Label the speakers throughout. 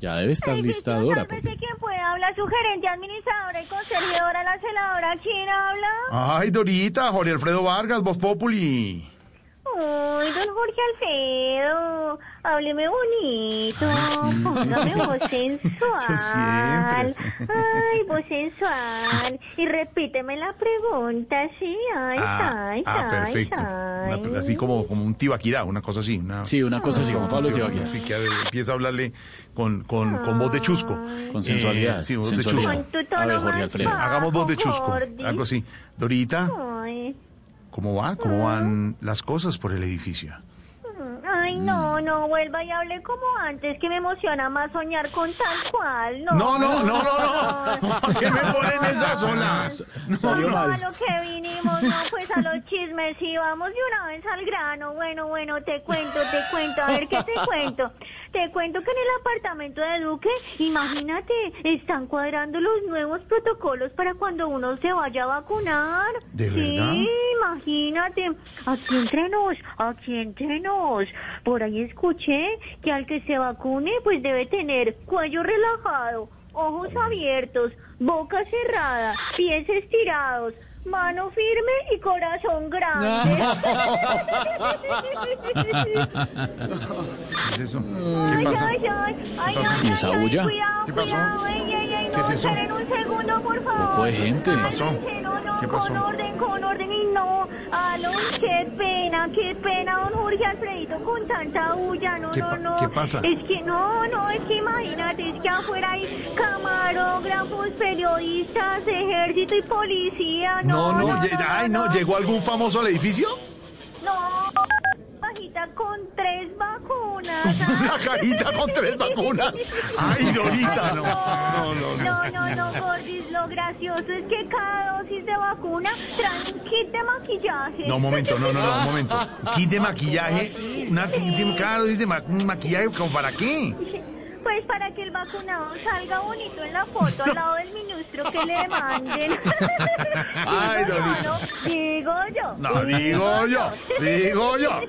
Speaker 1: Ya debe estar lista Dora.
Speaker 2: Porque...
Speaker 1: porque-
Speaker 2: ¿Quién puede hablar? Su gerente, administradora y consejeradora, la celadora, ¿quién habla?
Speaker 3: Ay, Dorita, Jorge Alfredo Vargas, Voz Populi.
Speaker 2: Uy, don Jorge Alfredo, hábleme bonito,
Speaker 3: Ah,
Speaker 2: póngame voz sensual. Ay, voz sensual. Y repíteme la pregunta, sí, ay, ay,
Speaker 3: ah,
Speaker 2: ay,
Speaker 3: perfecto.
Speaker 2: ay.
Speaker 3: Una- pues, así como, como un tibaquirá, una cosa así. Una,
Speaker 1: Sí, una cosa así como Pablo Tibaquira.
Speaker 3: Así que a ver, empieza a hablarle con, con, con voz de chusco.
Speaker 1: Con
Speaker 3: Eh,
Speaker 1: sensualidad.
Speaker 3: sí, voz
Speaker 1: sensualidad.
Speaker 3: de
Speaker 2: Con
Speaker 3: chusco.
Speaker 2: tu
Speaker 1: A ver,
Speaker 2: tono
Speaker 1: Jorge
Speaker 2: más
Speaker 3: Sí,
Speaker 1: Alfredo.
Speaker 2: suave.
Speaker 3: hagamos voz de chusco.
Speaker 2: Gordi.
Speaker 3: Algo así. Dorita,
Speaker 2: Ay.
Speaker 3: ¿cómo va? ¿Cómo van las cosas por el edificio?
Speaker 2: Ay,
Speaker 3: Mm.
Speaker 2: no, no, vuelva y hable como antes, que me emociona más soñar con tal cual. No,
Speaker 3: No, no, no, no, no. ¿Por qué me ponen esa zona?
Speaker 1: Salió
Speaker 2: no, a
Speaker 1: mal.
Speaker 2: lo que vinimos, no, pues a los chismes y vamos de una vez al grano. Bueno, bueno, te cuento, te cuento, a ver qué te cuento. Te cuento que en el apartamento de Duque, imagínate, están cuadrando los nuevos protocolos para cuando uno se vaya a vacunar.
Speaker 3: ¿De
Speaker 2: Sí,
Speaker 3: verdad?
Speaker 2: imagínate, aquí entre nos, aquí entre nos. Por ahí escuché que al que se vacune, pues debe tener cuello relajado, ojos abiertos, boca cerrada, pies estirados, mano firme y corazón grande.
Speaker 3: ¿Qué es eso? ¿Qué pasa?
Speaker 2: Ay, ay, ay, ay,
Speaker 3: pasa?
Speaker 2: ay,
Speaker 1: ¿Y esa
Speaker 2: ay, ay,
Speaker 1: bulla?
Speaker 2: cuidado,
Speaker 3: ¿Qué pasó?
Speaker 2: cuidado, ey, ey, ey, no,
Speaker 3: ¿Qué es eso?
Speaker 2: esperen un segundo, por favor.
Speaker 1: Poco de gente. ¿Qué
Speaker 3: pasó?
Speaker 2: Cálmense, No, no,
Speaker 3: ¿Qué pasó?
Speaker 2: Con orden, con orden y no. Aló, qué pena, qué pena, don Jorge Alfredito, con tanta bulla. No,
Speaker 3: ¿Qué
Speaker 2: no,
Speaker 3: pa-
Speaker 2: no.
Speaker 3: qué pasa?
Speaker 2: Es que no, no, es que imagínate, es que afuera hay camarógrafos, periodistas, ejército y policía.
Speaker 3: No,
Speaker 2: No,
Speaker 3: no, lle- ay, no, ¿llegó algún famoso al edificio?
Speaker 2: No, bajita con tres vacunas.
Speaker 3: Una carita con tres vacunas. Ay, Dorita, no. No, no,
Speaker 2: No,
Speaker 3: no.
Speaker 2: no, no, Gordis, lo gracioso es que cada dosis de vacuna trae un kit de maquillaje.
Speaker 3: No, un momento, no, no, no, un momento. Kit de
Speaker 2: ¿Ah,
Speaker 3: maquillaje, una kit de, claro, dice ma- un maquillaje, ¿como para qué?
Speaker 2: Pues para que el vacunado salga bonito en la foto al lado del ministro que le demanden.
Speaker 3: Ay,
Speaker 2: Digo yo,
Speaker 3: Dorita.
Speaker 2: ¿no? Digo yo.
Speaker 3: No, digo yo, digo yo.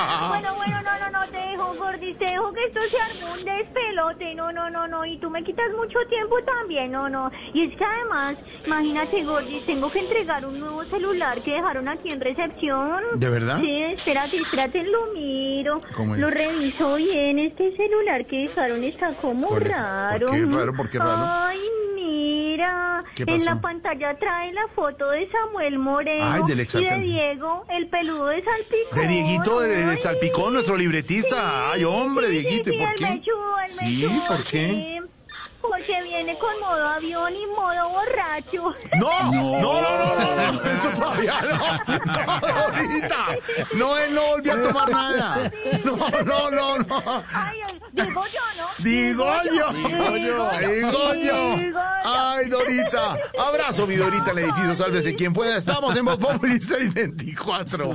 Speaker 2: Bueno, bueno, no, no, no, te dejo, Gordis, te dejo que esto se armó un despelote. No, no, no, no, y tú me quitas mucho tiempo también, no, no. Y es que además, imagínate, Gordis, tengo que entregar un nuevo celular que dejaron aquí en recepción.
Speaker 3: ¿De verdad?
Speaker 2: Sí, espérate, espérate, lo miro.
Speaker 3: ¿Cómo es?
Speaker 2: Lo reviso bien, este celular que dejaron está como
Speaker 3: ¿Cuál es? ¿Por
Speaker 2: raro.
Speaker 3: qué raro? ¿Por qué raro?
Speaker 2: Ay, mira,
Speaker 3: ¿Qué
Speaker 2: en la
Speaker 3: pasó?
Speaker 2: pantalla trae la foto de Samuel Moreno
Speaker 3: Ay, del
Speaker 2: y de
Speaker 3: exalcalde.
Speaker 2: Diego, el peludo de Salpicón.
Speaker 3: De Dieguito, de, de
Speaker 2: Ay.
Speaker 3: Salpicón, nuestro libretista. Ay, hombre,
Speaker 2: Sí, sí,
Speaker 3: Dieguito,
Speaker 2: sí,
Speaker 3: ¿y por
Speaker 2: el
Speaker 3: qué?
Speaker 2: mechudo, el
Speaker 3: Sí,
Speaker 2: mechudo,
Speaker 3: ¿por qué?
Speaker 2: sí. Porque viene con modo avión y modo borracho.
Speaker 3: No, no, no, no, no, no, eso todavía no. No, Dorita. No, él no volvió a tomar nada. No, no, no, no.
Speaker 2: Ay, ay, digo yo, ¿no?
Speaker 3: Digo yo, digo yo, digo yo.
Speaker 2: digo
Speaker 3: Ay, Dorita. Abrazo, mi Dorita, el edificio. Sálvese quien pueda. Estamos en Voz Populi 624.